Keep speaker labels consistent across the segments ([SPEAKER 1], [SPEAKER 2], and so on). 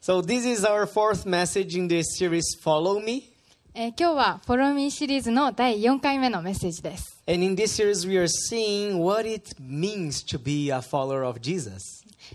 [SPEAKER 1] So this is our fourth message in this series, Follow Me.
[SPEAKER 2] えー今日は「フォローミーシリーズの第4回目のメッセージです
[SPEAKER 1] And in this series, we are seeing what it means to be a follower of Jesus.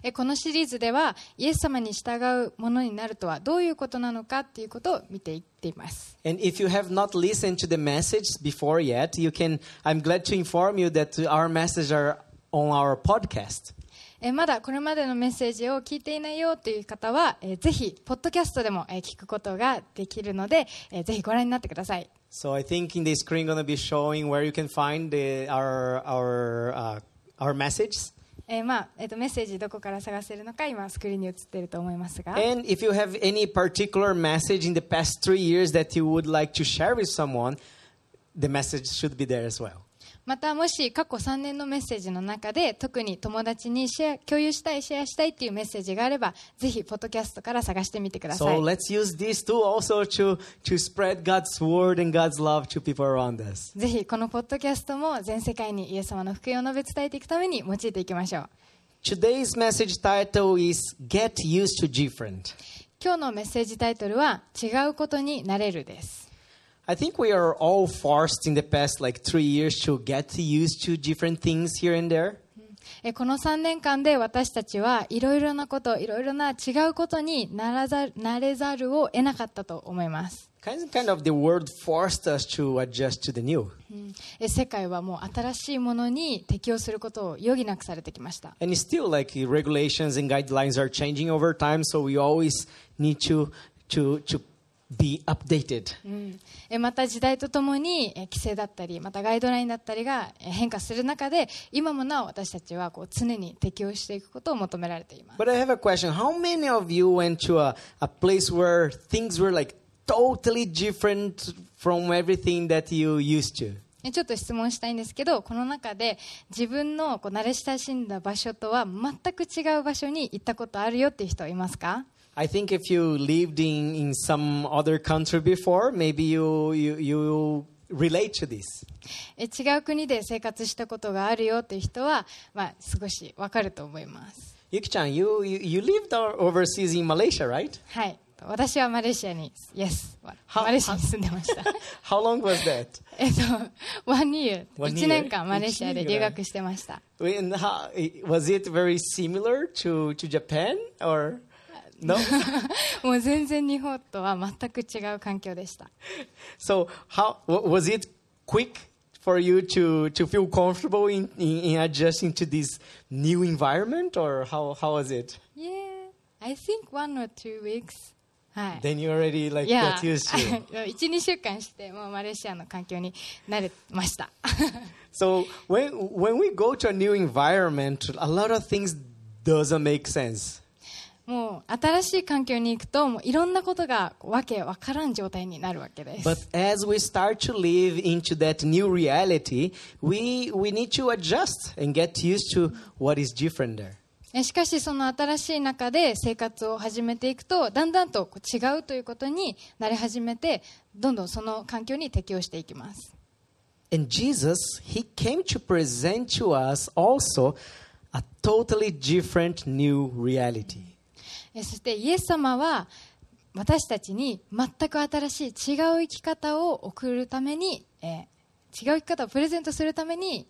[SPEAKER 2] えーこのシリーズではイエス様に従うものになるとはどういうことなのかっていうことを見ていっています
[SPEAKER 1] And if you have not listened to the message before yet, you can. I'm glad to inform you that our messages are on our podcast.
[SPEAKER 2] えーまだこれまでのメッセージを聞いていないよという方は、えーぜひポッドキャストでも、えー聞くことができるので、えーぜひご覧になってください
[SPEAKER 1] So I think in the screen gonna be showing where you can find the, our our uh, our messages.
[SPEAKER 2] えーまあえーとメッセージどこから探せるのか今スクリーンに映っていると思いますが
[SPEAKER 1] And if you have any particular message in the past three years that you would like to share with someone, the message should be there as well.
[SPEAKER 2] またもし過去3年のメッセージの中で特に友達にシェア共有したいシェアしたいっていうメッセージがあればぜひポッドキャストから探してみてくださ
[SPEAKER 1] So
[SPEAKER 2] い、
[SPEAKER 1] let's use this tool also to, to spread God's word and God's love to people around us.
[SPEAKER 2] ぜひこのポッドキャストも全世界にイエス様の福音を述べ伝えていくために用いていきましょう
[SPEAKER 1] Today's message title is Get Used to Different.
[SPEAKER 2] 今日のメッセージタイトルは「違うことになれる」です、
[SPEAKER 1] I think we are all forced in the past like three years to get used to different things here and there.
[SPEAKER 2] えこの3年間で私たちはいろいろなこといろいろな違うことにならざなれざるを得なかったと思います
[SPEAKER 1] Kind of, kind of the world forced us to adjust to the new.
[SPEAKER 2] うんえ世界はもう新しいものに適応することを余儀なくされてきました
[SPEAKER 1] And it's still like regulations and guidelines are changing over time, so we always need to to to be updated.
[SPEAKER 2] えまた時代とともにえ規制だったりまたガイドラインだったりがえ変化する中で今もなお私たちはこう常に適応していくことを求められています
[SPEAKER 1] But I have a question. How many of you went to a, a place where things were like totally different from everything that you used to?
[SPEAKER 2] えちょっと質問したいんですけどこの中で自分のこう慣れ親しんだ場所とは全く違う場所に行ったことあるよっていう人いますか
[SPEAKER 1] I think if you lived in, in some other country before, maybe you, you, you relate to this.
[SPEAKER 2] え違う国で生活したことがあるよっていう人は、まあ、少しわかると思います
[SPEAKER 1] Yukichan, you, you, you lived o- overseas in Malaysia, right?
[SPEAKER 2] はい。私はマレーシアに、Yes、マ
[SPEAKER 1] は
[SPEAKER 2] レーシアに住んでました。
[SPEAKER 1] How long was that?
[SPEAKER 2] えっと、ワンニュー、
[SPEAKER 1] One year
[SPEAKER 2] 1年間マレーシアで留学してました。
[SPEAKER 1] When, how, was it very similar to, to Japan or no?
[SPEAKER 2] もう全然日本とは全く違う環境でした。
[SPEAKER 1] so how wa- was it quick for you to, to feel comfortable in, in, in adjusting to this new environment or how, how was it?
[SPEAKER 2] Yeah, I think one or two weeks. はい。
[SPEAKER 1] Then you already like
[SPEAKER 2] いや、
[SPEAKER 1] got used to. it.
[SPEAKER 2] 1、2週間して、もうマレーシアの環境に慣れました。
[SPEAKER 1] So when when we go to a new environment, a lot of things doesn't make sense.
[SPEAKER 2] もう新しい環境に行くと、もういろんなことがこうわけわからん状態になるわけです。
[SPEAKER 1] But as we start to live into that new reality, we we need to adjust and get used to what is different there.
[SPEAKER 2] えしかしその新しい中で生活を始めていくとだんだんとこう違うということに慣れ始めてどんどんその環境に適応していきます、
[SPEAKER 1] And Jesus, he came to present to us also a totally different new reality.
[SPEAKER 2] えそしてイエス様は私たちに全く新しい違う生き方を送るために、えー違う生き方をプレゼントするために、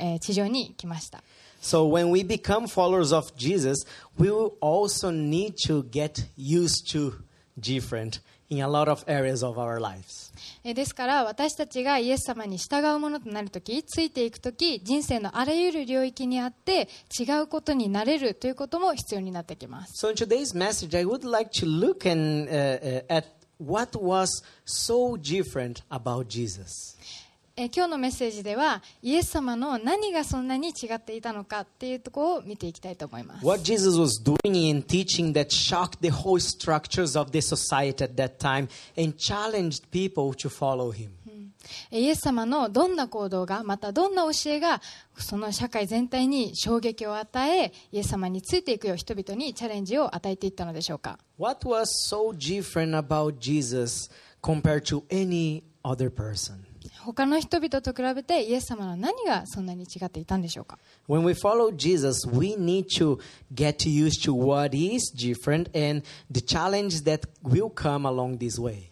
[SPEAKER 2] えー地上に来ました
[SPEAKER 1] So when we become followers of Jesus, we will also need to get used to different in a lot of areas of our lives.
[SPEAKER 2] えーですから私たちがイエス様に従うものとなるときついていくとき人生のあらゆる領域にあって違うことになれるということも必要になってきます
[SPEAKER 1] So in today's message, I would like to look and, uh, uh, at what was so different about Jesus.
[SPEAKER 2] えー今日のメッセージではイエス様の何がそんなに違っていたのかっていうところを見ていきたいと思います、
[SPEAKER 1] What Jesus was doing and teaching that shocked the whole structures of the society at that time and challenged people to follow him.
[SPEAKER 2] えーイエス様のどんな行動がまたどんな教えがその社会全体に衝撃を与えイエス様についていくよう人々にチャレンジを与えていったのでしょうか
[SPEAKER 1] What was so different about Jesus compared to any other person?
[SPEAKER 2] ほ他の人々と比べてイエス様の何がそんなに違っていたんでしょうか
[SPEAKER 1] When we follow Jesus, we need to get used to what is different and the challenges that will come along this way.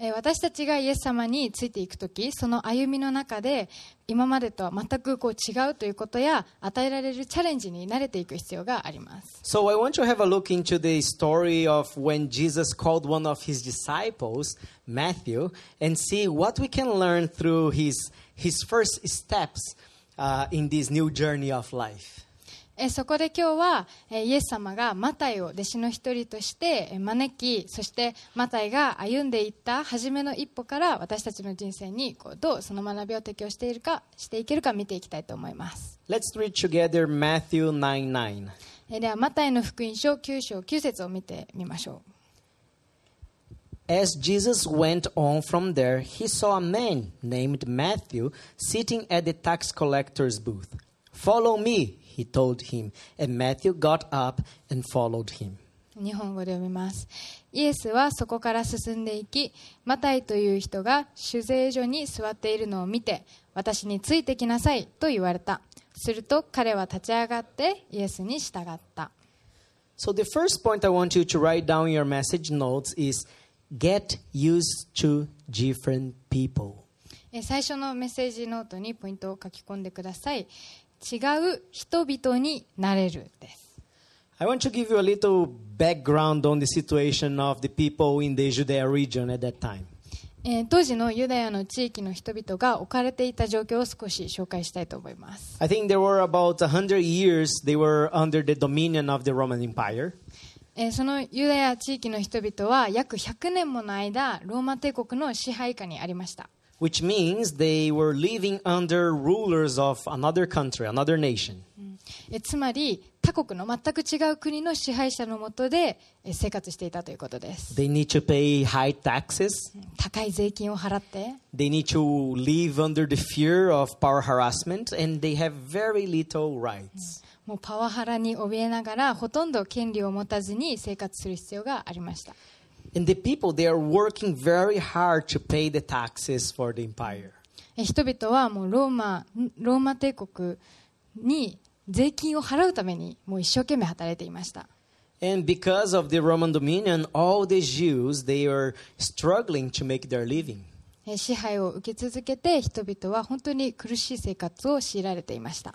[SPEAKER 2] えー私たちがイエス様についていくときその歩みの中で今までとは全くこう違うということや与えられるチャレンジに慣れていく必要があります
[SPEAKER 1] So I want to have a look into the story of when Jesus called one of his disciples, Matthew, and see what we can learn through his his first steps uh, in this new journey of life.
[SPEAKER 2] えーそこで今日はえーイエス様がマタイを弟子の一人としてえー招きそしてマタイが歩んでいった初めの一歩から私たちの人生にこうどうその学びを提供しているかしていけるか見ていきたいと思います
[SPEAKER 1] Let's read together Matthew 9 9.
[SPEAKER 2] えーではマタイの福音書9章9節を見てみましょう
[SPEAKER 1] As Jesus went on from there, he saw a man named Matthew sitting at the tax collector's booth. Follow me, he told him, and Matthew got up and followed him.
[SPEAKER 2] 日本語で読みますイエスはそこから進んでいきマタイという人が酒税所に座っているのを見て私についてきなさいと言われたすると彼は立ち上がってイエスに従った、
[SPEAKER 1] So, the first point I want you to write down in your message notes is get used to different people.
[SPEAKER 2] えー最初のメッセージノートにポイントを書き込んでください違う人々になれるです
[SPEAKER 1] I want to give you a little background on the situation of the people in the Judea region at that time.
[SPEAKER 2] えー当時のユダヤの地域の人々が置かれていた状況を少し紹介したいと思います、
[SPEAKER 1] I think there were about 100 years they were under the dominion of the Roman Empire.
[SPEAKER 2] えーそのユダヤ地域の人々は約100年もの間ローマ帝国の支配下にありました、
[SPEAKER 1] which means they were living under rulers of another country, another nation.
[SPEAKER 2] えーつまり他国の全く違う国の支配者のもとで、えー生活していたということです
[SPEAKER 1] They need to pay high taxes.
[SPEAKER 2] 高い税金を払って
[SPEAKER 1] They need to live under the fear of power harassment, and they have very little rights.
[SPEAKER 2] もうパワハラに怯えながらほとんど権利を持たずに生活する必要がありました、
[SPEAKER 1] And the people, they are working very hard to pay the taxes for the empire.
[SPEAKER 2] えー人々はもうローマんローマ帝国に税金を払うためにもう一生懸命働いていました、
[SPEAKER 1] And because of the Roman dominion, all the Jews, they are struggling to make their living.
[SPEAKER 2] えー支配を受け続けて人々は本当に苦しい生活を強いられていました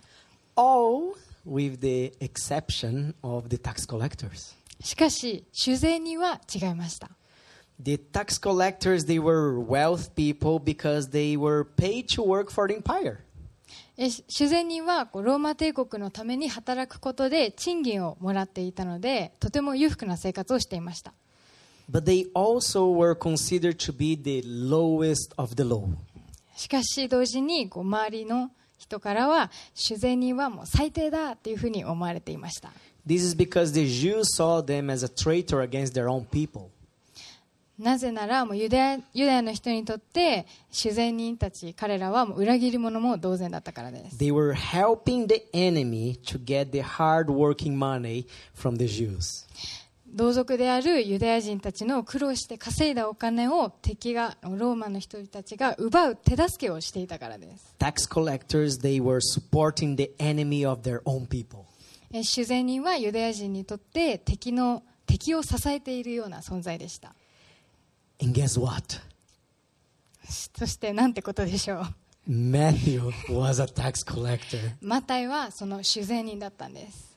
[SPEAKER 1] All with the exception of the tax collectors.
[SPEAKER 2] しかし酒税人は違いました
[SPEAKER 1] The tax collectors, they were wealth people because they were paid to work for the empire.
[SPEAKER 2] えーし酒税人はこうローマ帝国のために働くことで賃金をもらっていたのでとても裕福な生活をしていました
[SPEAKER 1] But they also were considered to be the lowest of the low.
[SPEAKER 2] しかし同時にこう周りの人からは酒税人はもう最低だっていうふうに思われていました
[SPEAKER 1] This is because the Jews saw them as a traitor against their own people.
[SPEAKER 2] なぜならもうユダヤユダヤの人にとって酒税人たち彼らはもう裏切り者も同然だったからです
[SPEAKER 1] They were helping the enemy to get the hard working money from the Jews.
[SPEAKER 2] 同族であるユダヤ人たちの苦労して稼いだお金を敵がローマの人たちが奪う手助けをしていたからです
[SPEAKER 1] Tax collectors, they were supporting the enemy of their own people.
[SPEAKER 2] えー主税人はユダヤ人にとって敵の敵を支えているような存在でした
[SPEAKER 1] And guess what?
[SPEAKER 2] そしてなんてことでしょう
[SPEAKER 1] Matthew was a tax collector.
[SPEAKER 2] マタイはその主税人だったんです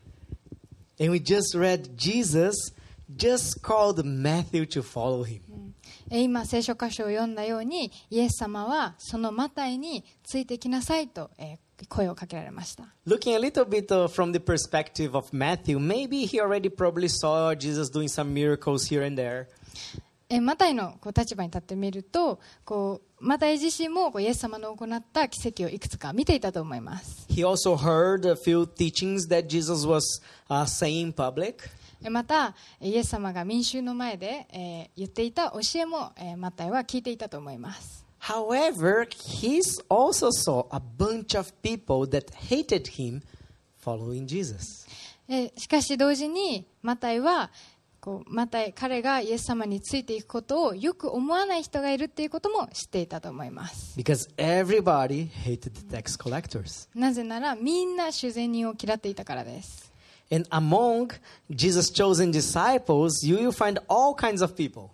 [SPEAKER 1] And we just read Jesus just called Matthew to follow him.
[SPEAKER 2] えー今聖書箇所を読んだようにイエス様はそのマタイについてきなさいと、えー声をかけられました
[SPEAKER 1] Looking a little bit uh, from the perspective of Matthew, maybe he already probably saw Jesus doing some miracles here and there.
[SPEAKER 2] えーマタイのこう立場に立ってみるとこうマタイ自身もこうイエス様の行った奇跡をいくつか見ていたと思います
[SPEAKER 1] He also heard a few teachings that Jesus was uh, saying in public.
[SPEAKER 2] えーまたえーイエス様が民衆の前で、えー言っていた教えも、えーマタイは聞いていたと思います
[SPEAKER 1] However, he also saw a bunch of people that hated him following Jesus.
[SPEAKER 2] えーしかし同時にマタイはここうまた彼がイエス様についていくことをよく思わない人がいるっていうことも知っていたと思います
[SPEAKER 1] because everybody hated the tax collectors.
[SPEAKER 2] なぜならみんな修善人を嫌っていたからです
[SPEAKER 1] And among Jesus' chosen disciples, you will find all kinds of people.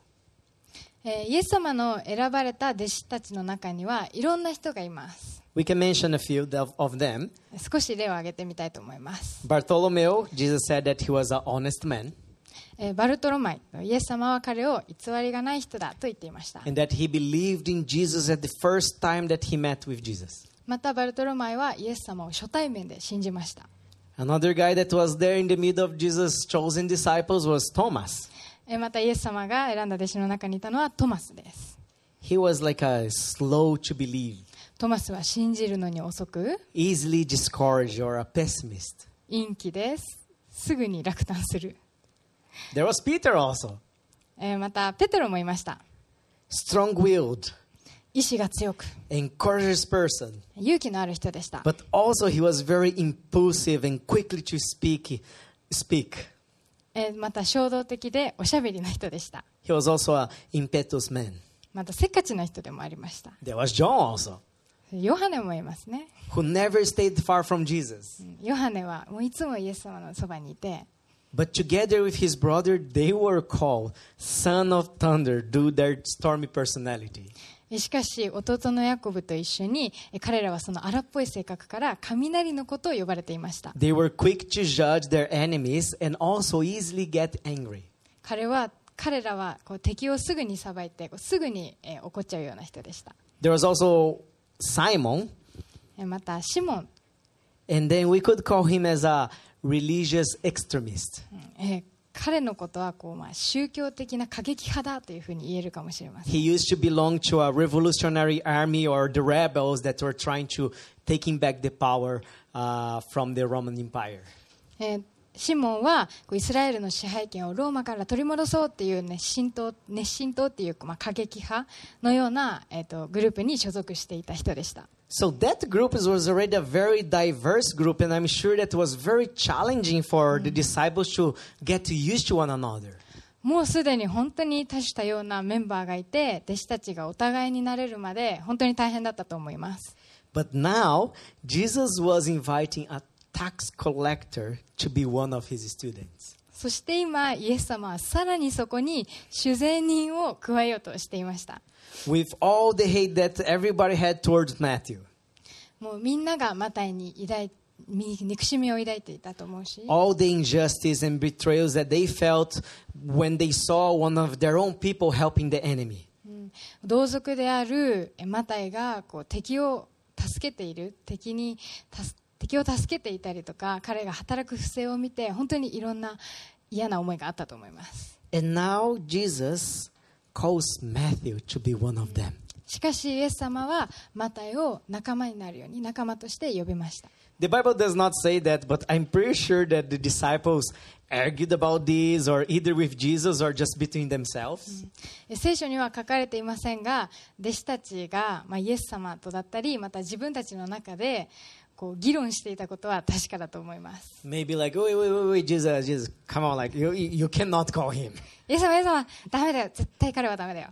[SPEAKER 2] えーイエス様の選ばれた弟子たちの中にはいろんな人がいます
[SPEAKER 1] We can mention a few of- of them.
[SPEAKER 2] 少し例を挙げてみたいと思います、
[SPEAKER 1] Bartholomew, Jesus said that he was an honest man
[SPEAKER 2] えーバルトロマイイエス様は彼を偽りがない人だと言っていました
[SPEAKER 1] and that he believed in Jesus at the first time that he met with Jesus.
[SPEAKER 2] またバルトロマイはイエス様を初対面で信じました
[SPEAKER 1] Another guy that was there in the middle of Jesus' chosen disciples was Thomas.
[SPEAKER 2] えーまたイエス様が選んだ弟子の中にいたのはトマスです
[SPEAKER 1] He was like a slow to believe,
[SPEAKER 2] トマスは信じるのに遅く
[SPEAKER 1] easily discouraged or a pessimist.
[SPEAKER 2] 陰気ですすぐに落胆する、
[SPEAKER 1] There was Peter also,
[SPEAKER 2] えーまたペテロもいました
[SPEAKER 1] strong willed,
[SPEAKER 2] 意志が強く
[SPEAKER 1] and courageous person,
[SPEAKER 2] 勇気のある人でした
[SPEAKER 1] but also he was very impulsive and quickly to speak. speak.
[SPEAKER 2] えーまた衝動的でおしゃべりな人でした
[SPEAKER 1] He was also an impetuous man.
[SPEAKER 2] またせっかちな人でもありました
[SPEAKER 1] There was John also.
[SPEAKER 2] ヨハネもいますね
[SPEAKER 1] who never stayed far from Jesus.
[SPEAKER 2] うんヨハネはもういつもイエス様のそばにいて
[SPEAKER 1] But together with his brother, they were called Son of Thunder due their stormy personality.
[SPEAKER 2] えしかし弟のヤコブと一緒にえ彼らはその荒っぽい性格から雷のことを呼ばれていました
[SPEAKER 1] They were quick to judge their enemies and also easily get angry.
[SPEAKER 2] 彼は彼らはこう敵をすぐにさばいてこうすぐにえー怒っちゃうような人でした
[SPEAKER 1] There was also Simon,
[SPEAKER 2] えまたシモン
[SPEAKER 1] and then we could call him as a religious extremist.
[SPEAKER 2] えー彼のことはこう、まあ、宗教的な過激派だというふうに言えるかもしれません、
[SPEAKER 1] He used to belong to a revolutionary army or the rebels that were trying to taking back the power uh, from the Roman Empire.
[SPEAKER 2] えーシモンはこうイスラエルの支配権をローマから取り戻そうっていう熱心党熱心党っていう、まあ、過激派のような、えー、とグループに所属していた人でした、
[SPEAKER 1] So that group is- was already a very diverse group, and I'm sure that was very challenging for the disciples to get used to one another.
[SPEAKER 2] もうすでに本当に多種多様なメンバーがいて弟子たちがお互いになれるまで本当に大変だったと思います
[SPEAKER 1] But now, Jesus was inviting a tax collector to be one of his students.
[SPEAKER 2] そして今イエス様はさらにそこに主税人を加えようとしていました
[SPEAKER 1] With all the hate that everybody had towards Matthew,
[SPEAKER 2] もうみんながマタイに抱いみ憎しみを抱いていたと思うし
[SPEAKER 1] all the injustice and betrayals that they felt when they saw one of their own people helping the enemy.
[SPEAKER 2] 同族であるえマタイがこう敵を助けている敵にたす敵を助けていたりとか彼が働く不正を見て本当にいろんな嫌な思いがあったと思います。
[SPEAKER 1] And now, Jesus calls Matthew to be one of them.
[SPEAKER 2] しかしイエス様はマタイを仲間になるように仲間として呼びました
[SPEAKER 1] The Bible does not say that, but I'm pretty sure that the disciples argued about this, or either with Jesus or just between themselves.
[SPEAKER 2] え聖書には書かれていませんが弟子たちが、まあ、イエス様とだったりまた自分たちの中でこう議論していたことは確かだと思います
[SPEAKER 1] Maybe like, wait, wait, wait, wait, Jesus, Jesus, come on, like, you, you cannot call him.
[SPEAKER 2] イエス様、イエス様、ダメだよ。絶対彼はダメだよ。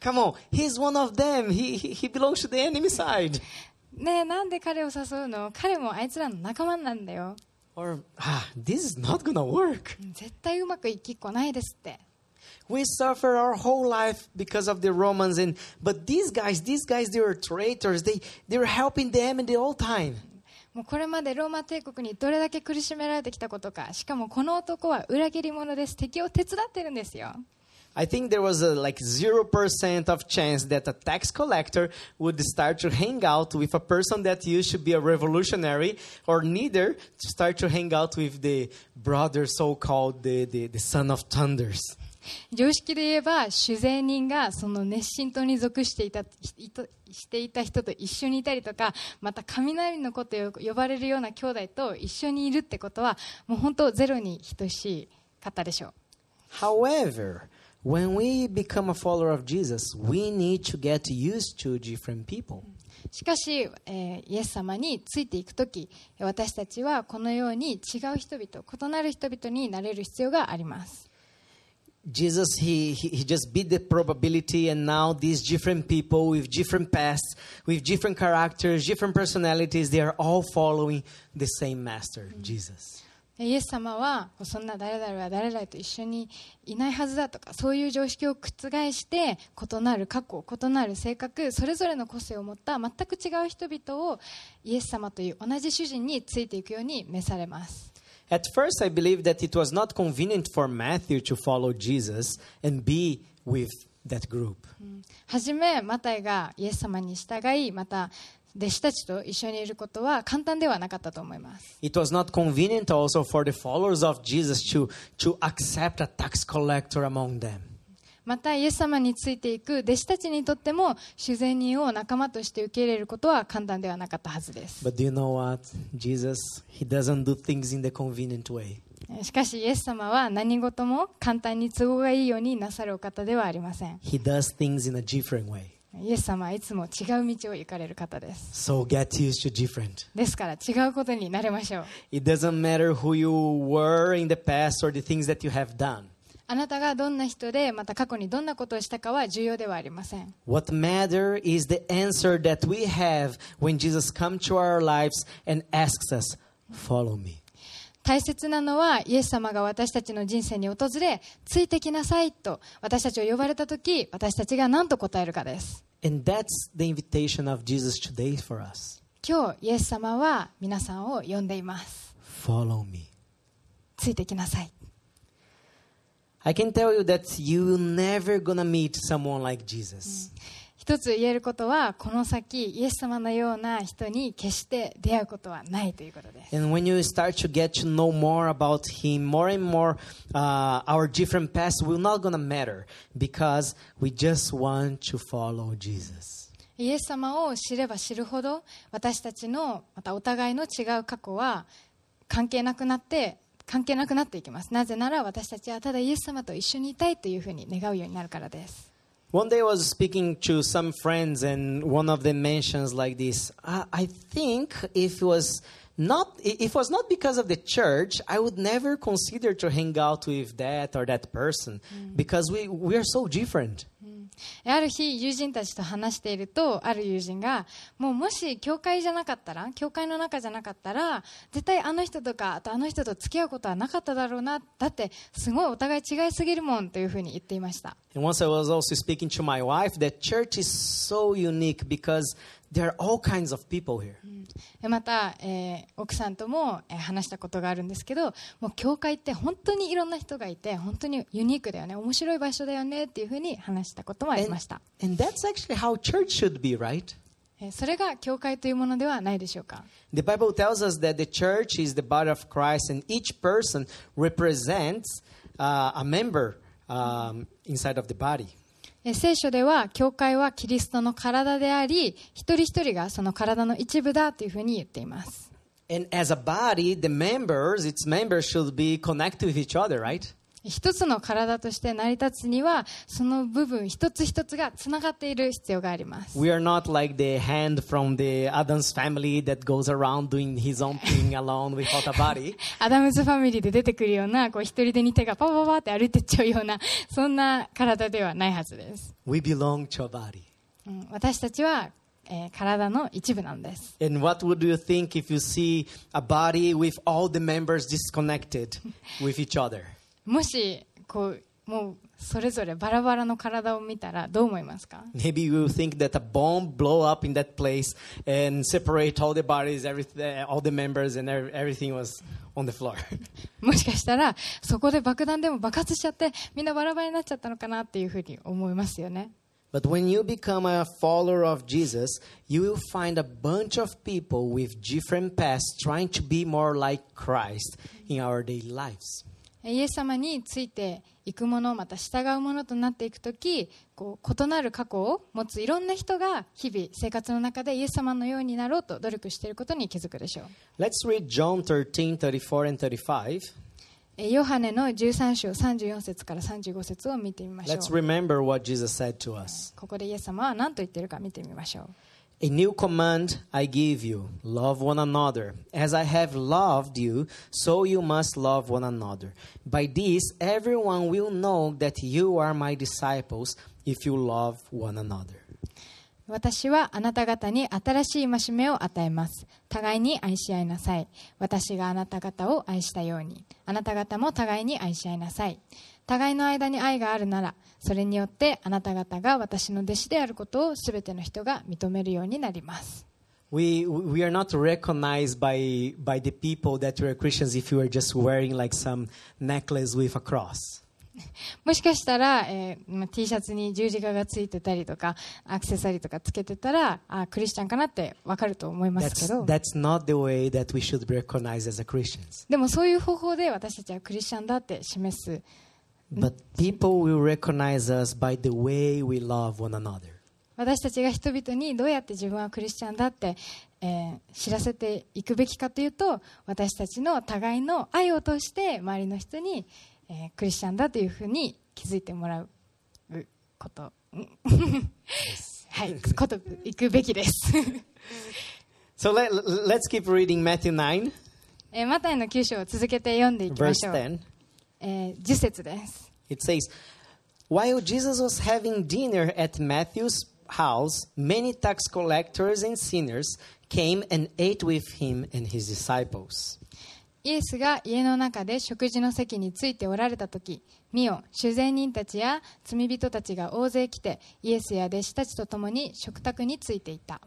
[SPEAKER 1] Come on, he's one of them. He, he, he belongs to the enemy side.
[SPEAKER 2] ねえ、なんで彼を誘うの彼もあいつらの仲間なんだよ。
[SPEAKER 1] Or, ah, this is not gonna work.
[SPEAKER 2] うん絶対うまくいきっこないですって。
[SPEAKER 1] We suffer our whole life because of the Romans, and but these guys, these guys, they were traitors. They they were helping them in the old time.
[SPEAKER 2] もうこれまでローマ帝国にどれだけ苦しめられてきたことか。しかもこの男は裏切り者です。敵を手伝ってるんですよ。
[SPEAKER 1] I think there was a like 0% of chance that a tax collector would start to hang out with a person that used to be a revolutionary or neither to start to hang out with the brother so-called the, the, the son of thunders.
[SPEAKER 2] 常識で言えば、主税人がその熱心党に属していたいとしていた人と一緒にいたりとか、また雷の子と呼ばれるような兄弟と一緒にいるってことは、もう本当ゼロに等しかったでしょう。
[SPEAKER 1] However, when we become a follower of Jesus, we need to get used to different people.
[SPEAKER 2] しかし、えーイエス様についていくとき私たちはこのように違う人々異なる人々になれる必要があります
[SPEAKER 1] Jesus, he, he, he just beat the probability, and now these different people with different pasts, with different characters, different personalities, they are all following the same master, Jesus.
[SPEAKER 2] でイエス様はそんな誰々は誰々と一緒にいないはずだとかそういう常識を覆して異なる過去異なる性格それぞれの個性を持った全く違う人々をイエス様という同じ主人についていくように召されます
[SPEAKER 1] At first, I believe that it was not convenient for Matthew to follow Jesus and be with that group.
[SPEAKER 2] はじめマタイがイエス様に従いまた弟子たちと一緒にいることは簡単ではなかったと思います
[SPEAKER 1] It was not convenient also for the followers of Jesus to, to accept a tax collector among them.
[SPEAKER 2] またイエス様についていく弟子たちにとっても修善人を仲間として受け入れることは簡単ではなかったはずです
[SPEAKER 1] But do you know what? Jesus, he doesn't do things in the convenient way.
[SPEAKER 2] しかしイエス様は何事も簡単に都合がいいようになさるお方ではありません
[SPEAKER 1] He does things in a different way.
[SPEAKER 2] イエス様はいつも違う道を行かれる方です
[SPEAKER 1] So get used to different.
[SPEAKER 2] ですから違うことに慣れましょう
[SPEAKER 1] It doesn't matter who you were in the past or the things that you have done.
[SPEAKER 2] あなたがどんな人でまた過去にどんなことをしたかは重要ではありません
[SPEAKER 1] What matters is the answer that we have when Jesus comes to our lives and asks us, Follow me.
[SPEAKER 2] 大切なのはイエス様が私たちの人生に訪れついてきなさいと私たちを呼ばれた時私たちが何と答えるかです
[SPEAKER 1] And that's the invitation of Jesus today for us.
[SPEAKER 2] 今日イエス様は皆さんを呼んでいます
[SPEAKER 1] Follow me.
[SPEAKER 2] ついてきなさい
[SPEAKER 1] I can tell you that you're never gonna meet someone like Jesus.
[SPEAKER 2] 一つ言えることはこの先イエス様のような人に決して出会うことはないということです
[SPEAKER 1] And when you start to get to know more about Him, more and more, uh, our different paths will not gonna matter because we just want to follow Jesus.
[SPEAKER 2] イエス様を知れば知るほど私たちのまたお互いの違う過去は関係なくなって関係なくなっていきますなぜなら私たちはただイエス様と一緒にいたいというふうに願うようになるからです
[SPEAKER 1] One day I was speaking to some friends, and one of them mentions like this: "I, I think if it was not if it was not because of the church, I would never consider to hang out with that or that person because we we are so different."
[SPEAKER 2] ある日友人たちと話しているとある友人がもうもし教会じゃなかったら教会の中じゃなかったら絶対あの人とかあとあの人と付き合うことはなかっただろうなだってすごいお互い違いすぎるもんというふうに言っていました
[SPEAKER 1] And once I was also speaking to my wife that church is so unique because there are all kinds of people here.
[SPEAKER 2] でまた、えー奥さんとも、えー話したことがあるんですけどもう教会って本当にいろんな人がいて本当にユニークだよね面白い場所だよねっていうふうに話したこともありま
[SPEAKER 1] And,
[SPEAKER 2] した
[SPEAKER 1] and that's actually how church should be, right?
[SPEAKER 2] えーそれが教会というものではないでしょうか
[SPEAKER 1] The Bible tells us that the church is the body of Christ and each person represents uh, a member um, inside of the body.
[SPEAKER 2] えー聖書では教会はキリストの体であり一人一人がその体の一部だというふうに言っています
[SPEAKER 1] And as a body, the members, its members should be connected with each other, right?
[SPEAKER 2] 一つの体として成り立つにはその部分一つ一つがつながっている必要があります
[SPEAKER 1] We are not like the hand from the Adam's family that goes around doing his own thing alone without a body.
[SPEAKER 2] アダムズファミリーで出てくるような、こう一人でに手がパパパって歩いてっちゃうような、 そんな体ではないはずです。
[SPEAKER 1] We belong to a body.
[SPEAKER 2] うん、私たちは、えー体の一部なんです。
[SPEAKER 1] And what would you think if you see a body with all the members disconnected with each other?
[SPEAKER 2] もし、こう、もうそれぞれバラバラの体を見たらどう思いますか
[SPEAKER 1] Maybe you will think that a bomb blow up in that place and separate all the bodies, everything, all the members, and ev- everything was on the floor.
[SPEAKER 2] もしかしたら、そこで爆弾でも爆発しちゃって、みんなバラバラになっちゃったのかなっていうふうに思いますよね。
[SPEAKER 1] but when you become a follower of Jesus, you will find a bunch of people with different paths trying to be more like Christ in our daily lives.
[SPEAKER 2] イエス様についていくものまた従うものとなっていくときこう異なる過去を持ついろんな人が日々生活の中でイエス様のようになろうと努力していることに気づくでしょう
[SPEAKER 1] Let's read John 13 34 and 35.
[SPEAKER 2] えヨハネの13章34節から35節を見てみましょ
[SPEAKER 1] Let's
[SPEAKER 2] う
[SPEAKER 1] remember what Jesus said to us.
[SPEAKER 2] ここでイエス様は何と言っているか見てみましょう
[SPEAKER 1] A new command I give you love one another. As I have loved you, so you must love one another. By this, everyone will know that you are my disciples if you love one another.
[SPEAKER 2] 私はあなた方に新しい戒めを与えます。互いに愛し合いなさい。私があなた方を愛したように。あなた方も互いに愛し合いなさい。互いの間に愛があるなら、それによってあなた方が私の弟子であることをすべての人が認めるようになります。
[SPEAKER 1] We, we are not recognized by, by the people that we are Christians if you are just wearing like some necklace with a cross.
[SPEAKER 2] もしかしたら、えーまあ T シャツに十字架がついてたりとか、アクセサリーとかつけてたら、あクリスチャンかなってわかると思いますけ
[SPEAKER 1] That's,
[SPEAKER 2] ど、
[SPEAKER 1] that's not the way that we should be recognized as a Christians.
[SPEAKER 2] でもそういう方法で私たちはクリスチャンだって示す。
[SPEAKER 1] But people will recognize us by the way we love one another.
[SPEAKER 2] 私たちが人々にどうやって自分はクリスチャンだって、えー知らせていくべきかというと私たちの互いの愛を通して周りの人に、えークリスチャンだというふうに気づいてもらうことんはいこといくべきです
[SPEAKER 1] So let, let's keep reading Matthew 9,
[SPEAKER 2] えーマタイの9章を続けて読んでいきま
[SPEAKER 1] verse
[SPEAKER 2] しょう、
[SPEAKER 1] 10.
[SPEAKER 2] えー10節です
[SPEAKER 1] It says, While Jesus was having dinner at Matthew's house, many tax collectors and sinners came and ate with him and his disciples.
[SPEAKER 2] イエスが家の中で食事の席についておられた時見よ主税人たちや罪人たちが大勢来てイエスや弟子たちと共に食卓についていた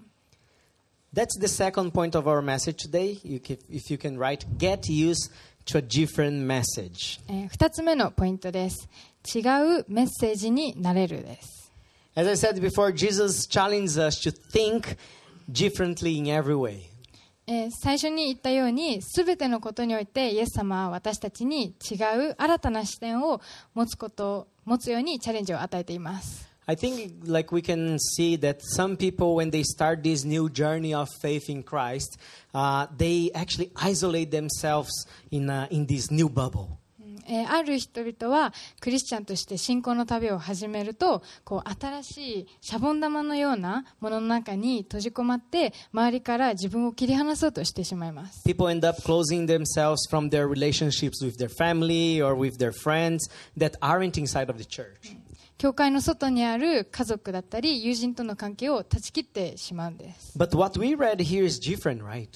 [SPEAKER 1] That's the second point of our message today. You can, if you can write, get used to a different message.
[SPEAKER 2] え2つ目のポイントです違うメッセージになれるです
[SPEAKER 1] As I said before, Jesus challenged us to think differently in every way.
[SPEAKER 2] えー最初に言ったように全てのことにおいてイエス様は私たちに違う新たな視点を持つこと持つようにチャレンジを与えています
[SPEAKER 1] I think like we can see that some people when they start this new journey of faith in Christ, uh, they actually isolate themselves in uh, in this new bubble.
[SPEAKER 2] えーある人々はクリスチャンとして信仰の旅を始めるとこう新しいシャボン玉のようなものの中に閉じ込まって周りから自分を切り離そうとしてしまいます
[SPEAKER 1] People end up closing themselves from their relationships with their family or with their friends that aren't inside of the church.
[SPEAKER 2] 教会の外にある家族だったり友人との関係を断ち切ってしまうんです
[SPEAKER 1] But what we read here is different, right?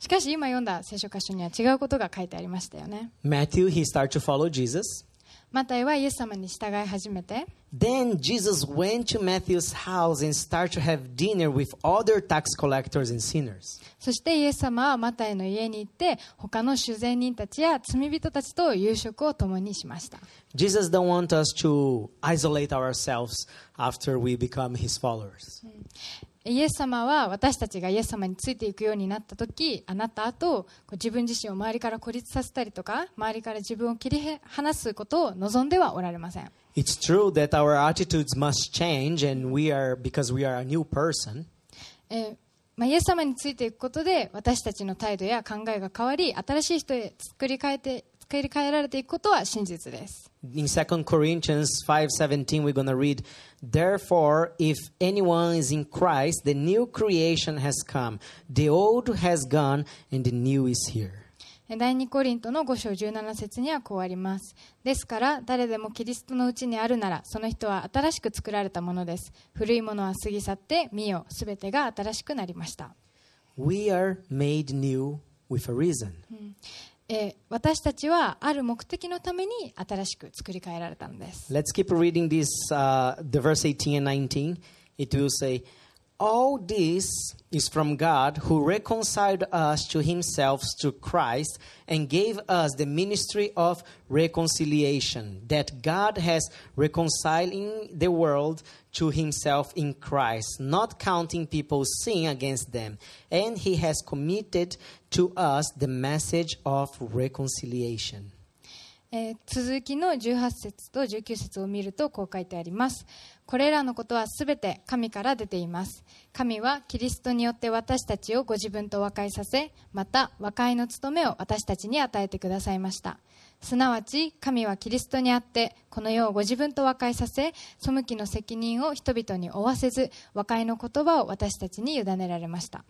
[SPEAKER 2] しかし今読んだ聖書箇所には違うことが書いてありましたよね
[SPEAKER 1] Matthew he started to follow Jesus.
[SPEAKER 2] マタイはイエス様に従い始めて
[SPEAKER 1] Then Jesus went to Matthew's house and started to have dinner with other tax collectors and sinners.
[SPEAKER 2] そしてイエス様はマタイの家に行って他の修善人たちや罪人たちと夕食を共にしました
[SPEAKER 1] Jesus don't want us to isolate ourselves after we become his followers.
[SPEAKER 2] イエス様は私たちがイエス様についていくようになった時あなたあとこう自分自身を周りから孤立させたりとか周りから自分を切りへ離すことを望んではおられません
[SPEAKER 1] It's true that our attitudes must change and we are because we are a new person.
[SPEAKER 2] えーまあ、イエス様についていくことで私たちの態度や考えが変わり新しい人へ作り変えて作り変えられていくことは真実です
[SPEAKER 1] In 2 Corinthians 5:17 we're going to read, "Therefore, if anyone is in Christ, the new creation has come. The old has gone and the new is here."
[SPEAKER 2] えー第2コリントの5章17節にはこうありますですから誰でもキリストのうちにあるならその人は新しく作られたものです古いものは過ぎ去って見よすべてが新しくなりました
[SPEAKER 1] We are made new with a reason.
[SPEAKER 2] えー私たちはある目的のために新しく作り変えられたんです
[SPEAKER 1] Let's keep reading this, uh, the verse 18 and 19. It will say, All this is from God who reconciled us to himself through Christ and gave us the ministry of reconciliation, that God has reconciling the world to himself in Christ, not counting people's sin against them. And he has committed to us the message of reconciliation.
[SPEAKER 2] えー続きの18節と19節を見るとこう書いてありますこれらのことはすべて神から出ています神はキリストによって私たちをご自分と和解させまた和解の務めを私たちに与えてくださいましたすなわち神はキリストにあってこの世をご自分と和解させ背きの責任を人々に負わせず和解の言葉を私たちに委ねられました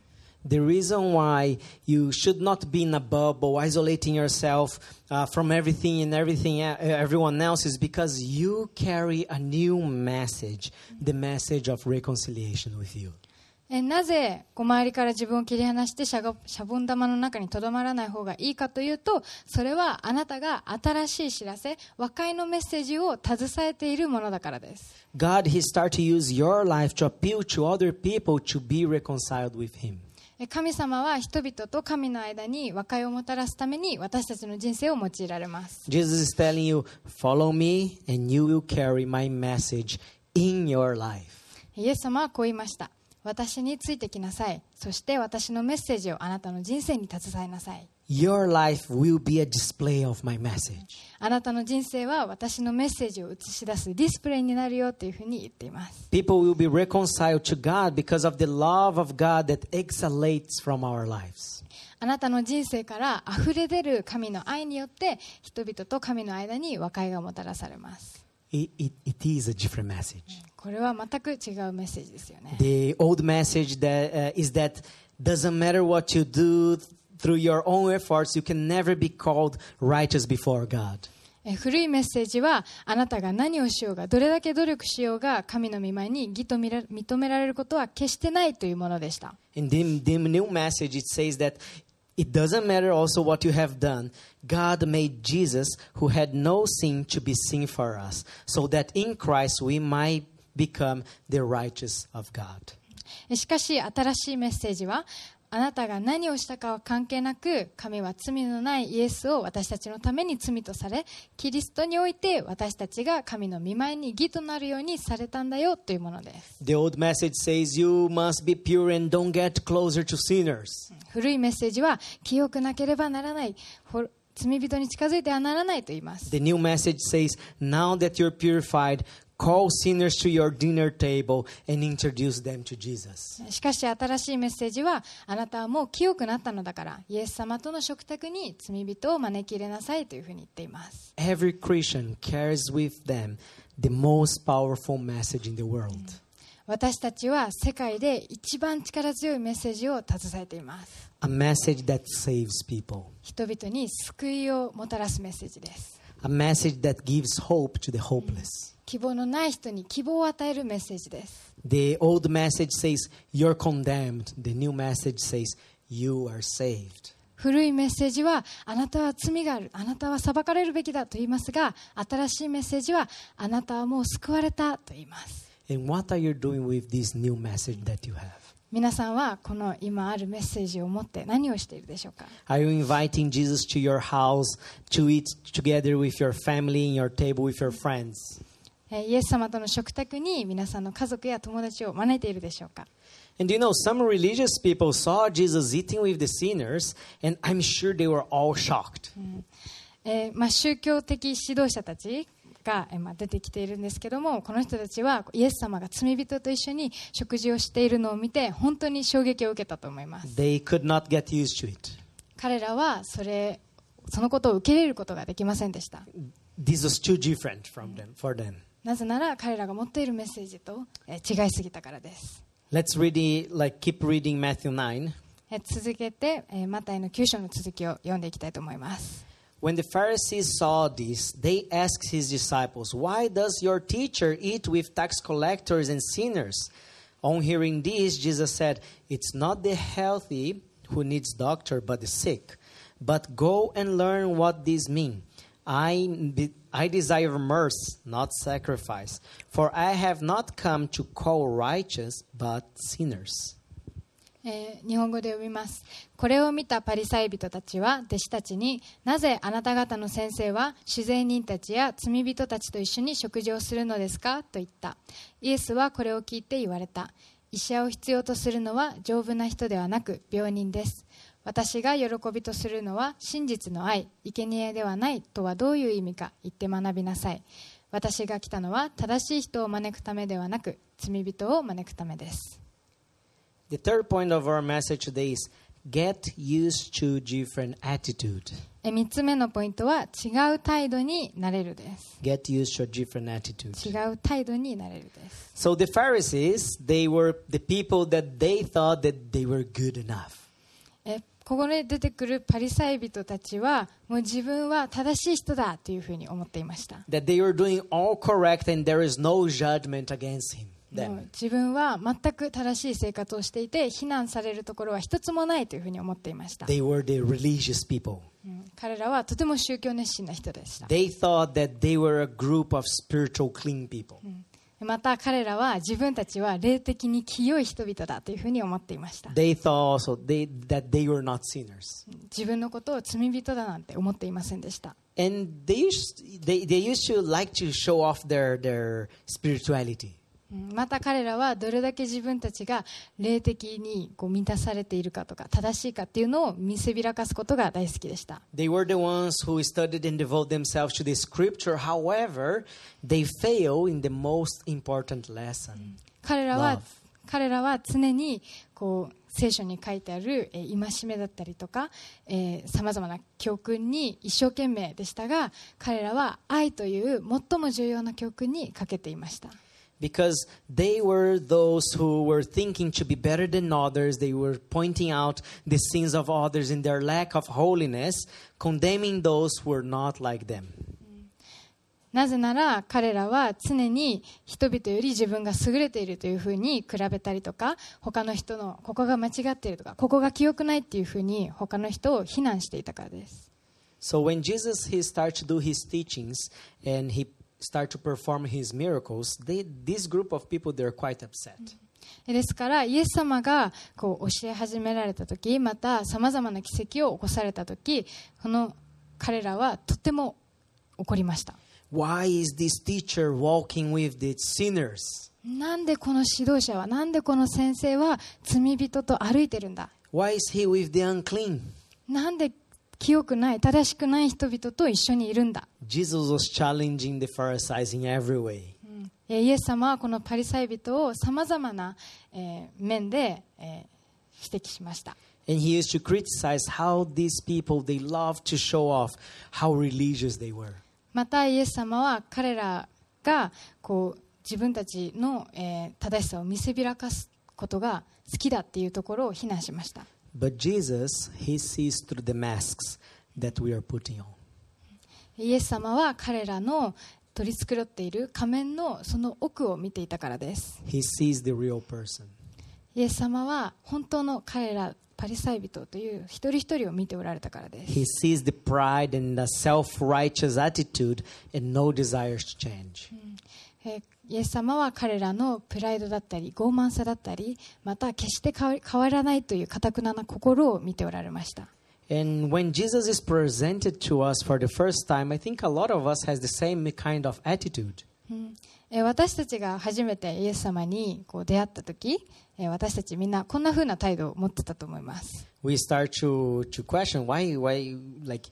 [SPEAKER 1] The reason why you should not be in a bubble, isolating yourself uh, from everything and everything uh, everyone else, is because you carry a new message, the message of reconciliation with you.
[SPEAKER 2] えなぜこう周りから自分を切り離してしゃがしゃぼん玉の中にとどまらない方がいいかというとそれはあなたが新しい知らせ和解のメッセージを携えているものだからです
[SPEAKER 1] God, He starts to use your life to appeal to other people to be reconciled with Him.
[SPEAKER 2] え神様は人々と神の間に和解をもたらすために私たちの人生を用いられます
[SPEAKER 1] Jesus is telling you, follow me and you will carry my message in your life.
[SPEAKER 2] イエス様はこう言いました私についてきなさいそして私のメッセージをあなたの人生に携えなさい
[SPEAKER 1] Your life will be a display of my message.
[SPEAKER 2] あなたの人生は私のメッセージを映し出すディスプレイになるよというふうに言っています
[SPEAKER 1] People will be reconciled to God because of the love of God that exhalates from our lives.
[SPEAKER 2] あなたの人生から溢れ出る神の愛によって人々と神の間に和解がもたらされます
[SPEAKER 1] It, it, it is a different message.
[SPEAKER 2] これは全く違うメッセージですよね
[SPEAKER 1] The old message that, uh, is that doesn't matter what you do through your own efforts, you can never be called righteous before God.
[SPEAKER 2] え古いメッセージはあなたが何をしようがどれだけ努力しようが神の御前に義とみら認められることは決してないというものでした
[SPEAKER 1] In the, the new message, it says that it doesn't matter also what you have done. God made Jesus, who had no sin, to be sin for us, so that in Christ we might become the righteous of God.
[SPEAKER 2] えしかし新しいメッセージはあなたが何をしたかは関係なく神は罪のないイエスを私たちのために罪とされキリストにおいて私たちが神の御前に義となるようにされたんだよというものです
[SPEAKER 1] The old message says you must be pure and don't get closer to sinners.
[SPEAKER 2] 古いメッセージは清くなければならないほ罪人に近づいてはならないと言います
[SPEAKER 1] The new message says now that you're purified, call sinners to your dinner table and introduce them to Jesus.
[SPEAKER 2] しかし新しいメッセージはあなたはもう清くなったのだからイエス様との食卓に罪人を招き入れなさいというふうに言っています
[SPEAKER 1] Every Christian carries with them the most powerful message in the world.
[SPEAKER 2] 私たちは世界で一番力強いメッセージを携えています
[SPEAKER 1] a message that saves people,
[SPEAKER 2] 人々に救いをもたらすメッセージです
[SPEAKER 1] a message that gives hope to the hopeless.
[SPEAKER 2] 希望のない人に希望を与えるメッセージです
[SPEAKER 1] The old message says, You're condemned. The new message says, You are saved.
[SPEAKER 2] 古いメッセージはあなたは罪があるあなたは裁かれるべきだと言いますが新しいメッセージはあなたはもう救われたと言います
[SPEAKER 1] And what are you doing with this new message that you have?
[SPEAKER 2] 皆さんはこの今あるメッセージを持って何をしているでしょうか
[SPEAKER 1] Are you inviting Jesus to your house to eat together with your family in your table with your friends?
[SPEAKER 2] えーイエス様との食卓に皆さんの家族や友達を招いているでしょうか
[SPEAKER 1] And you know, some religious people saw Jesus eating with the sinners, and I'm sure they were all shocked.
[SPEAKER 2] えーまあ、宗教的指導者たちが、えーまあ、出てきているんですけどもこの人たちはイエス様が罪人と一緒に食事をしているのを見て本当に衝撃を受けたと思います
[SPEAKER 1] They could not get used to it.
[SPEAKER 2] 彼らはそれそのことを受け入れることができませんでした
[SPEAKER 1] This was too different from them, for them.
[SPEAKER 2] なぜなら彼らが持っているメッセージと、えー違いすぎたからです、
[SPEAKER 1] Let's read it, like keep reading Matthew 9.
[SPEAKER 2] えー続けて、えーマタイの9章の続きを読んでいきたいと思います
[SPEAKER 1] When the Pharisees saw this, they asked his disciples, "Why does your teacher eat with tax collectors and sinners?" On hearing this, Jesus said, "It's not the healthy who needs doctor, but the sick. But go and learn what these mean. I I desire mercy, not sacrifice, for I have not come to call righteous, but sinners."
[SPEAKER 2] えー日本語で読みますこれを見たパリサイ人たちは弟子たちになぜあなた方の先生は主税人たちや罪人たちと一緒に食事をするのですかと言ったイエスはこれを聞いて言われた医者を必要とするのは丈夫な人ではなく病人です私が喜びとするのは真実の愛生贄ではないとはどういう意味か言って学びなさい私が来たのは正しい人を招くためではなく罪人を招くためです
[SPEAKER 1] The third point of our message today is Get used to different attitude.
[SPEAKER 2] え3つ目のポイントは違う態度になれるです
[SPEAKER 1] Get used to a different attitude.
[SPEAKER 2] 違う態度になれるです
[SPEAKER 1] So the Pharisees, they were the people that they thought that they were good enough.
[SPEAKER 2] えここで出てくるパリサイ人たちはもう自分は正しい人だというふうに思っていました
[SPEAKER 1] That they were doing all correct and there is no judgment against him.
[SPEAKER 2] も
[SPEAKER 1] Them.
[SPEAKER 2] う自分は全く正しい生活をしていて非難されるところは一つもないというふうに思っていました、
[SPEAKER 1] They were the religious people.
[SPEAKER 2] うん彼らはとても宗教熱心な人でした
[SPEAKER 1] They thought that they were a group of spiritual clean people.
[SPEAKER 2] また彼らは自分たちは霊的に清い人々だというふうに思っていました
[SPEAKER 1] They thought also they, that they were not sinners.
[SPEAKER 2] 自分のことを罪人だなんて思っていませんでした
[SPEAKER 1] And they used, they, they used to like to show off their, their spirituality.
[SPEAKER 2] うんまた彼らはどれだけ自分たちが霊的にこう満たされているかとか正しいかっていうのを見せびらかすことが大好きでした
[SPEAKER 1] They were the ones who studied and devoted themselves to the scripture. However, they fail in the most important lesson.
[SPEAKER 2] 彼ら
[SPEAKER 1] Love
[SPEAKER 2] は彼らは常にこう聖書に書いてある、えー戒めだったりとかさまざまな教訓に一生懸命でしたが彼らは愛という最も重要な教訓にかけていました
[SPEAKER 1] Because they were those who were thinking to be better than others, they were pointing out the sins of others and their lack of holiness, condemning those who were not like them.
[SPEAKER 2] なぜなら彼らは常に人々より自分が優れているというふうに比べたりとか他の人のここが間違っているとかここが清くないっていうふうに他の人を非難していたからです
[SPEAKER 1] So when Jesus he started to do his teachings and he started to perform his miracles, they, this group of people they're quite upset.
[SPEAKER 2] ですからイエス様がこう教え始められた時またさまざまな奇跡を起こされた時この彼らはとても怒りました
[SPEAKER 1] Why is this teacher walking with the sinners?
[SPEAKER 2] なんでこの指導者はなんでこの先生は罪人と歩いてるんだ
[SPEAKER 1] Why is he with the unclean?
[SPEAKER 2] なんで清くない正しくない人々と一緒にいるんだ
[SPEAKER 1] Jesus was challenging the Pharisees in every way.
[SPEAKER 2] えーイエス様はこのパリサイ人をさまざまな、えー面で、えー指摘しました
[SPEAKER 1] And he used to criticize how these people they loved to show off how religious they were.
[SPEAKER 2] またイエス様は彼らがこう自分たちの、えー正しさを見せびらかすことが好きだっていうところを非難しました
[SPEAKER 1] But Jesus, he sees through the masks that we are putting on.
[SPEAKER 2] イエス様は彼らの取り繕っている仮面のその奥を見ていたからです
[SPEAKER 1] He sees the real person.
[SPEAKER 2] イエス様は本当の彼らパリサイ人という一人一人を見ておられたからです
[SPEAKER 1] He sees the pride and the self-righteous attitude and no desires to change.
[SPEAKER 2] えーイエス様は彼らのプライドだったり傲慢さだったりまた決して変わり変わらないというかたくなな心を見ておられました
[SPEAKER 1] And when Jesus is presented to us for the first time, I think a lot of us has the same kind of attitude.
[SPEAKER 2] うんえー私たちが初めてイエス様にこう出会った時えー私たちみんなこんな風な態度を持ってたと思います
[SPEAKER 1] We start to to question why why like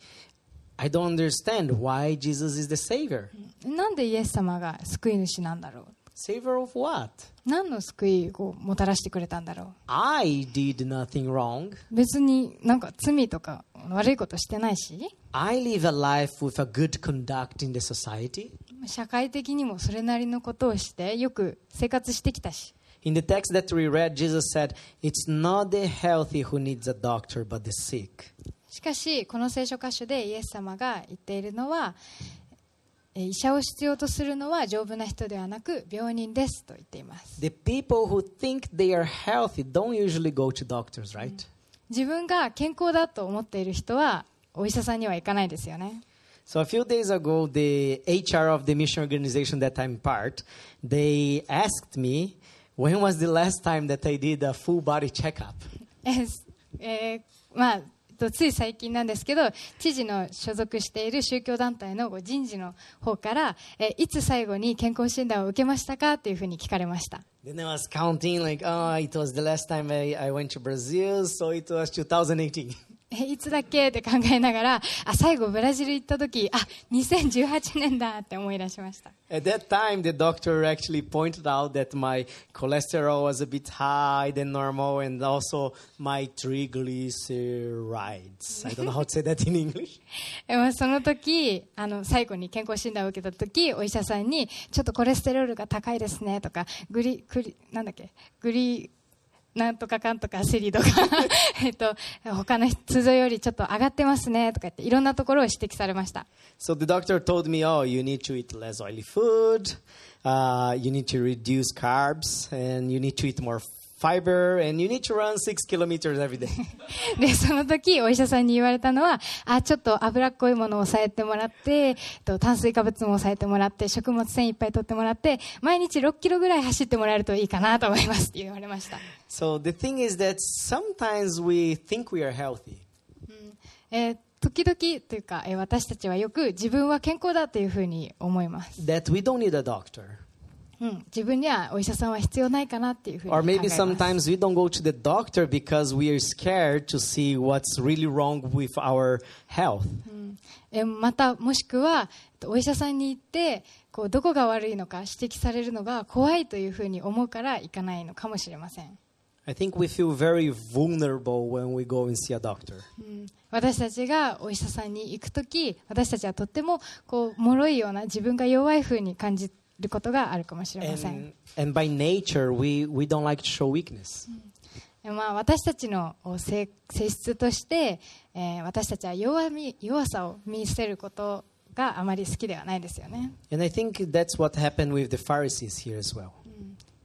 [SPEAKER 1] I don't understand why Jesus is the savior.
[SPEAKER 2] なんでイエス様が救い主なんだろ
[SPEAKER 1] Savior of what?
[SPEAKER 2] う何の救いをもたらしてくれたんだろ
[SPEAKER 1] I did nothing wrong.
[SPEAKER 2] う別になんか罪とか悪いことしてないし
[SPEAKER 1] I live a life with a good conduct in the society.
[SPEAKER 2] 社会的にもそれなりのことをしてよく生活してきたし
[SPEAKER 1] In the text that we read, Jesus said, "It's not the healthy who needs a doctor, but the sick."
[SPEAKER 2] しかしこの聖書箇所でイエス様が言っているのはえー医者を必要とするのは丈夫な人ではなく病人ですと言っています
[SPEAKER 1] The people who think they are healthy don't usually go to doctors, right?
[SPEAKER 2] 自分が健康だと思っている人はお医者さんには行かないですよね
[SPEAKER 1] So a few days ago, the HR of the mission organization that I'm part, they asked me when was the last time that I did a full body checkup.
[SPEAKER 2] えーすえーまあとつい最近なんですけど知事の所属している宗教団体のご人事の方から、えーいつ最後に健康診断を受けましたかというふうに聞かれました
[SPEAKER 1] Then I was counting like, oh, it was the last time I, I went to Brazil, so it was 2018.
[SPEAKER 2] ええいつだっけって考えながらあ最後ブラジル行った時あ2018年だって思い出しました
[SPEAKER 1] At that time, the doctor actually pointed out that my cholesterol was a bit high than normal and also my triglycerides. I don't know how to say that in English.
[SPEAKER 2] えまあその時あの最後に健康診断を受けた時お医者さんにちょっとコレステロールが高いですねとかグリクリなんだっけグリなんとかかんとかセリとか えっと他の通常よりちょっと上がってますねとか言っていろんなところを指摘されました
[SPEAKER 1] So the doctor told me, oh, you need to eat less oily food, uh, you need to reduce carbs, and you need to eat more fiber, and you need to run six kilometers every day.
[SPEAKER 2] でその時お医者さんに言われたのはあちょっと脂っこいものを抑えてもらってえっと炭水化物も抑えてもらって食物繊維いっぱい取ってもらって毎日6キロぐらい走ってもらえるといいかなと思いますって 言われました
[SPEAKER 1] so the thing is that sometimes we think we are healthy.
[SPEAKER 2] えー時々というか、えー私たちはよく自分は健康だというふうに思います、
[SPEAKER 1] that we don't need a doctor.
[SPEAKER 2] うん、自分にはお医者さんは必要ないかなっていうふうに考
[SPEAKER 1] Or
[SPEAKER 2] え
[SPEAKER 1] maybe
[SPEAKER 2] ます
[SPEAKER 1] sometimes we don't go to the doctor because we are scared to see what's really wrong with our health.
[SPEAKER 2] えーまたもしくはえっとお医者さんに行ってこうどこが悪いのか指摘されるのが怖いというふうに思うから行かないのかもしれません、
[SPEAKER 1] I think we feel very vulnerable when we go and see a doctor.
[SPEAKER 2] うん、私たちがお医者さんに行く時私たちはとってもこう脆いような自分が弱いふうに感じることがあるかもしれません
[SPEAKER 1] And, and by nature, we, we don't like to show weakness.
[SPEAKER 2] まあ、私たちのお性性質として、えー私たちは弱み弱さを見せることがあまり好きではないですよね、
[SPEAKER 1] And I think that's what happened with the Pharisees here as well.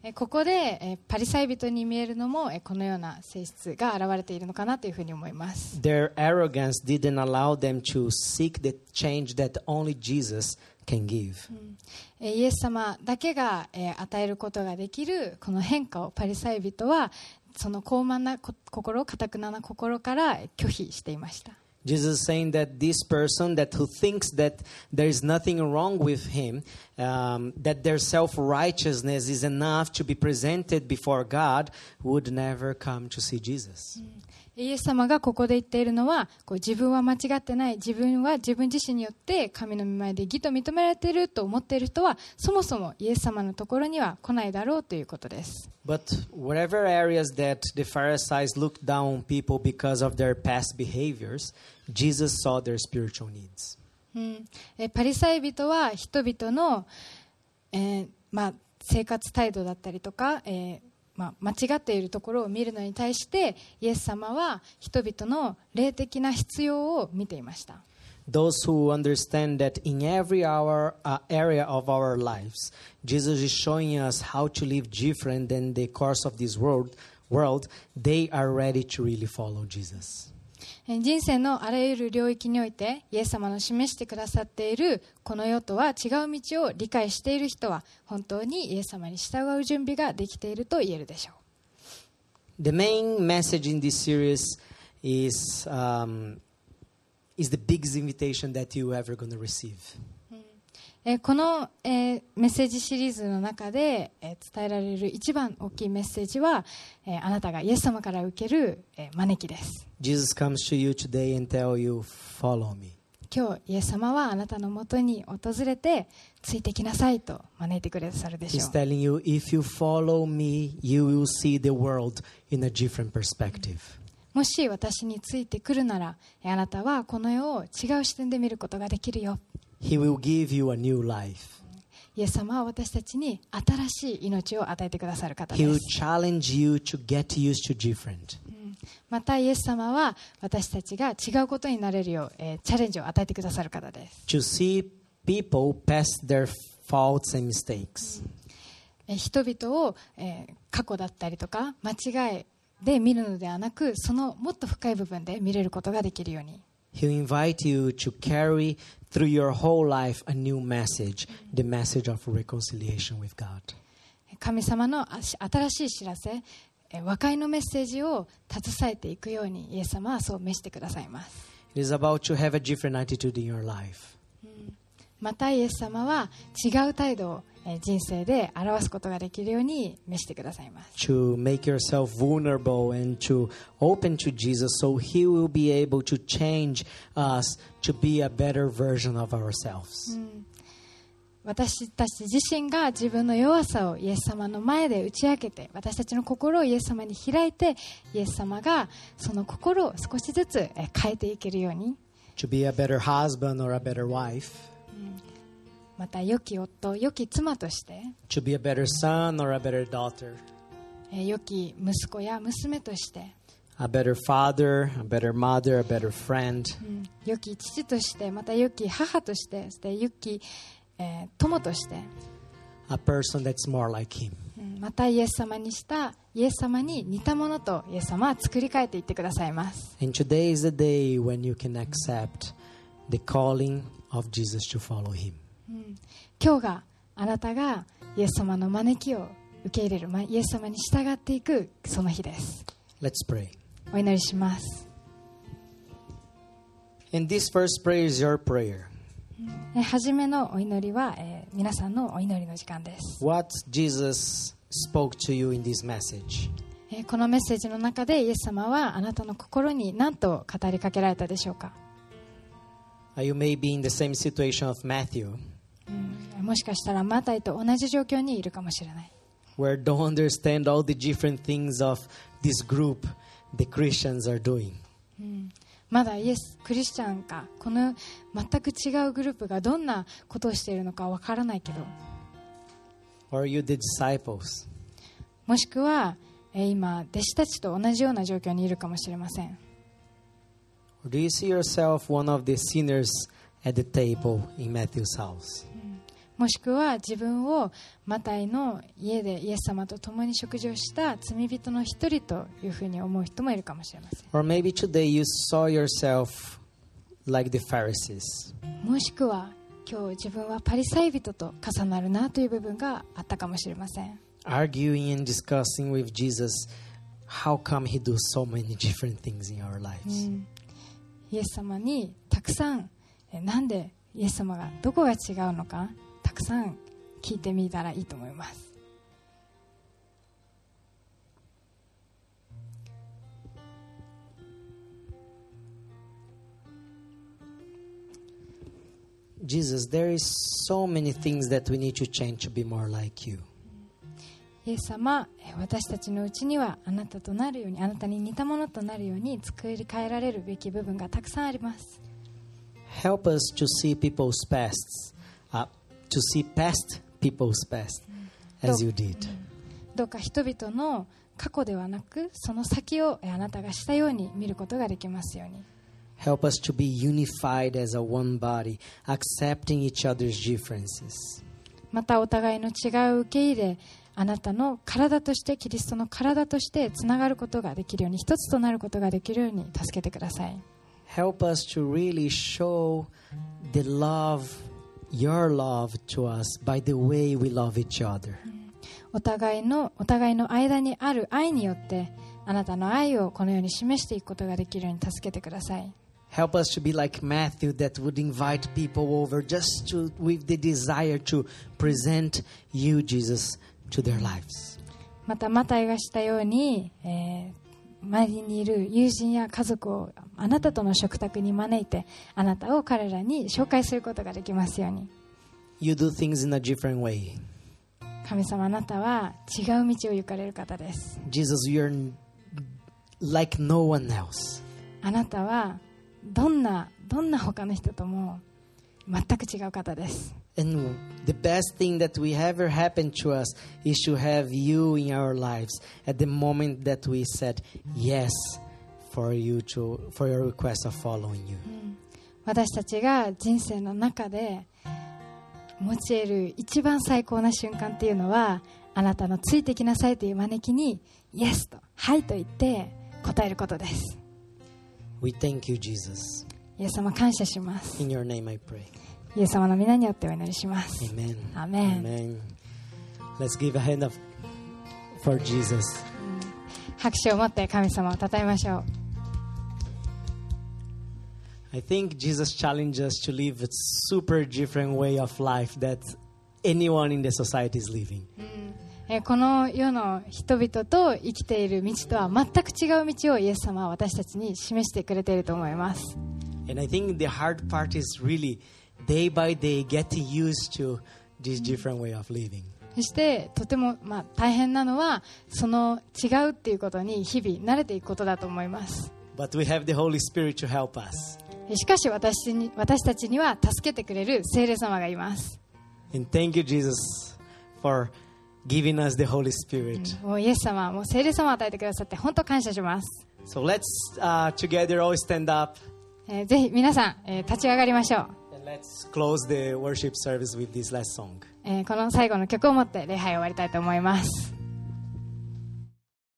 [SPEAKER 2] えーここで、えーパリサイ人に見えるのも、えーこのような性質が現れているのかなというふうに思います、
[SPEAKER 1] Their arrogance didn't allow them to seek the change that only Jesus can give.
[SPEAKER 2] えーイエス様だけが、えー与えることができるこの変化をパリサイ人はその高慢なこ心かたくなな心からえー拒否していました
[SPEAKER 1] Jesus is saying that this person that who thinks that there is nothing wrong with him, um, that their self righteousness is enough to be presented before God, would never come to see Jesus.
[SPEAKER 2] イエス様がここで言っているのはこう自分は間違ってない自分は自分自身によって神の御前で義と認められていると思っている人はそもそもイエス様のところには来ないだろうということです、
[SPEAKER 1] But whatever areas that the Pharisees looked down on people because of their past behaviors, Jesus saw their spiritual needs.
[SPEAKER 2] うん、えパリサイ人は人々の、えーまあ、生活態度だったりとか、えーまあ、間違っているところを見るのに対してイエス様は人々の霊的な必要を見ていました
[SPEAKER 1] Those who understand that in every hour, uh, area of our lives, Jesus is showing us how to live different than the course of this world, world, they are ready to really follow Jesus.
[SPEAKER 2] えー人生のあらゆる領域においてイエス様の示してくださっているこの世とは違う道を理解している人は本当にイエス様に従う準備ができていると言えるでしょ
[SPEAKER 1] The main message in this series is, um, is the biggest invitation that you ever going to receive.
[SPEAKER 2] う、えーこの、えーメッセージシリーズの中で、えー伝えられる一番大きいメッセージは、えーあなたがイエス様から受ける、えー招きです
[SPEAKER 1] Jesus comes to you today and tell you, follow me.
[SPEAKER 2] 今日イエス様はあなたのもとに訪れてついてきなさいと招いてくださるでしょ
[SPEAKER 1] He's
[SPEAKER 2] う
[SPEAKER 1] telling you, if you follow me, you will see the world in a different perspective.
[SPEAKER 2] もし私についてくるならえあなたはこの世を違う視点で見ることができるよ
[SPEAKER 1] He will give you a new life.
[SPEAKER 2] イエス様は私たちに新しい命を与えてくださる方
[SPEAKER 1] He
[SPEAKER 2] で
[SPEAKER 1] will
[SPEAKER 2] す
[SPEAKER 1] challenge you to get used to different.
[SPEAKER 2] またイエス様は私たちが違うことになれるよう、えーチャレンジを与えてくださる方です
[SPEAKER 1] To see people past their faults and mistakes.
[SPEAKER 2] えー人々を、えー過去だったりとか間違いで見るのではなくそのもっと深い部分で見れることができるように
[SPEAKER 1] He'll invite you to carry through your whole life a new message, the message of reconciliation with God.
[SPEAKER 2] 神様のあし新しい知らせえー和解のメッセージを携えていくようにイエス様はそう召してくださいます
[SPEAKER 1] It is about to have a different attitude in your life.
[SPEAKER 2] またイエス様は違う態度をえー人生で表すことができるように召してくださいます
[SPEAKER 1] to make yourself vulnerable and to open to Jesus so he will be able to change us to be a better version of ourselves.
[SPEAKER 2] 私たち自身が自分の弱さをイエス様の前で打ち明けて私たちの心をイエス様に開いてイエス様がその心を少しずつえー変えていけるように
[SPEAKER 1] To be a better husband or a better wife,
[SPEAKER 2] また良き夫良き妻として
[SPEAKER 1] to be a better son or a better daughter,
[SPEAKER 2] えー良き息子や娘として
[SPEAKER 1] a better father, a better mother, a better friend,
[SPEAKER 2] うん良き父としてまた良き母としてそして良き、えー友として、
[SPEAKER 1] a person that's more like him.
[SPEAKER 2] うんまたイエス様にしたイエス様に似たものとイエス様は作り変えていってくださいます
[SPEAKER 1] And today is the day when you can accept the calling of Jesus to follow him.
[SPEAKER 2] 今日があなたがイエス様の招きを受け入れるまイエス様に従っていくその日です
[SPEAKER 1] Let's pray.
[SPEAKER 2] お祈りします、
[SPEAKER 1] And this first prayer is your prayer.
[SPEAKER 2] えー初めのお祈りは、えー皆さんのお祈りの時間です、
[SPEAKER 1] What Jesus spoke to you in this message.
[SPEAKER 2] えーこのメッセージの中でイエス様はあなたの心に何と語りかけられたでしょうか
[SPEAKER 1] Uh, You may be in the same situation of Matthew,
[SPEAKER 2] もしかしたらマタイと同じ状況にいるかもしれない
[SPEAKER 1] where don't understand all the different things of this group the Christians are doing.
[SPEAKER 2] まだイエスクリスチャンかこの全く違うグループがどんなことをしているのかわからないけど
[SPEAKER 1] Or you the disciples.
[SPEAKER 2] もしくはえー今弟子たちと同じような状況にいるかもしれません
[SPEAKER 1] Or do you see yourself one of the sinners at the table in Matthew's house?
[SPEAKER 2] もしくは自分をマタイの家でイエス様と共に食事をした罪人の一人というふうに思う人もいるかもしれません
[SPEAKER 1] Or maybe today you saw yourself like the Pharisees.
[SPEAKER 2] もしくは今日自分はパリサイ人と重なるなという部分があったかもしれません
[SPEAKER 1] arguing and discussing with Jesus how come he do so many different things in our lives.
[SPEAKER 2] Mm. イエス様にたくさんえなんでイエス様がどこが違うのかたくさん聞いてみたらいいと思います、
[SPEAKER 1] Jesus, there is so many things that we need to change to be more like you.
[SPEAKER 2] イエス様え私たちのうちにはあなたとなるようにあなたに似たものとなるように作り変えられるべき部分がたくさんあります、
[SPEAKER 1] Help us to see people's pasts, uh, to see past people's past as you did.
[SPEAKER 2] どうか人々の過去ではなくその先をえあなたがしたように見ることができますように
[SPEAKER 1] Help us to be unified as a one body, accepting each other's differences.
[SPEAKER 2] またお互いの違いを受け入れあなたの体としてキリストの体としてつながることができるように一つとなることができるように助けてください
[SPEAKER 1] Help us to really show the love, your love to us by the way we love each other.
[SPEAKER 2] お互いのお互いの間にある愛によってあなたの愛をこのように示していくことができるように助けてください
[SPEAKER 1] Help us to be like Matthew that would invite people over just to with the desire to present you Jesus to their lives.
[SPEAKER 2] またマタイがしたように、えー周りにいる友人や家族をあなたとの食卓に招いてあなたを彼らに紹介することができますように
[SPEAKER 1] You do things in a different way.
[SPEAKER 2] 神様あなたは違う道を行かれる方です
[SPEAKER 1] Jesus, you're n- like no one else.
[SPEAKER 2] あなたはどんなどんな他の人とも全く違う方です
[SPEAKER 1] And the best thing that we ever happened to us is to have you in our lives at the moment that we said yes for you to for your request of following you.
[SPEAKER 2] 私たちが人生の中で持ち得る一番最高な瞬間っていうのはあなたのついてきなさいという招きにイエスとはいと言って答えることです
[SPEAKER 1] We thank you, Jesus.
[SPEAKER 2] イエス様感謝します、
[SPEAKER 1] In your name I pray.
[SPEAKER 2] イエス様の皆によってお祈りします
[SPEAKER 1] Amen.
[SPEAKER 2] Amen.
[SPEAKER 1] Amen. Let's give a hand of for Jesus.
[SPEAKER 2] 拍手を持って神様を称えましょう
[SPEAKER 1] I think Jesus challenged us to live a super different way of life that anyone in the society is living.
[SPEAKER 2] えーこの世の人々と生きている道とは全く違う道をイエス様は私たちに示してくれていると思います
[SPEAKER 1] And I think the hard part is really day by day getting used to this different way of living.
[SPEAKER 2] そしてとても、まあ、大変なのはその違うっていうことに日々慣れていくことだと思います
[SPEAKER 1] But we have the Holy Spirit to help us.
[SPEAKER 2] えーしかし私に私たちには助けてくれる聖霊様がいます
[SPEAKER 1] And thank you, Jesus, for giving us the Holy Spirit.
[SPEAKER 2] もうイエス様もう聖霊様を与えてくださって本当感謝します、
[SPEAKER 1] So let's uh, together all stand up
[SPEAKER 2] えーぜひ皆さん、えー立ち上がりましょう、
[SPEAKER 1] and let's close the worship service with this last song.
[SPEAKER 2] えーこの最後の曲を持って礼拝を終わりたいと思います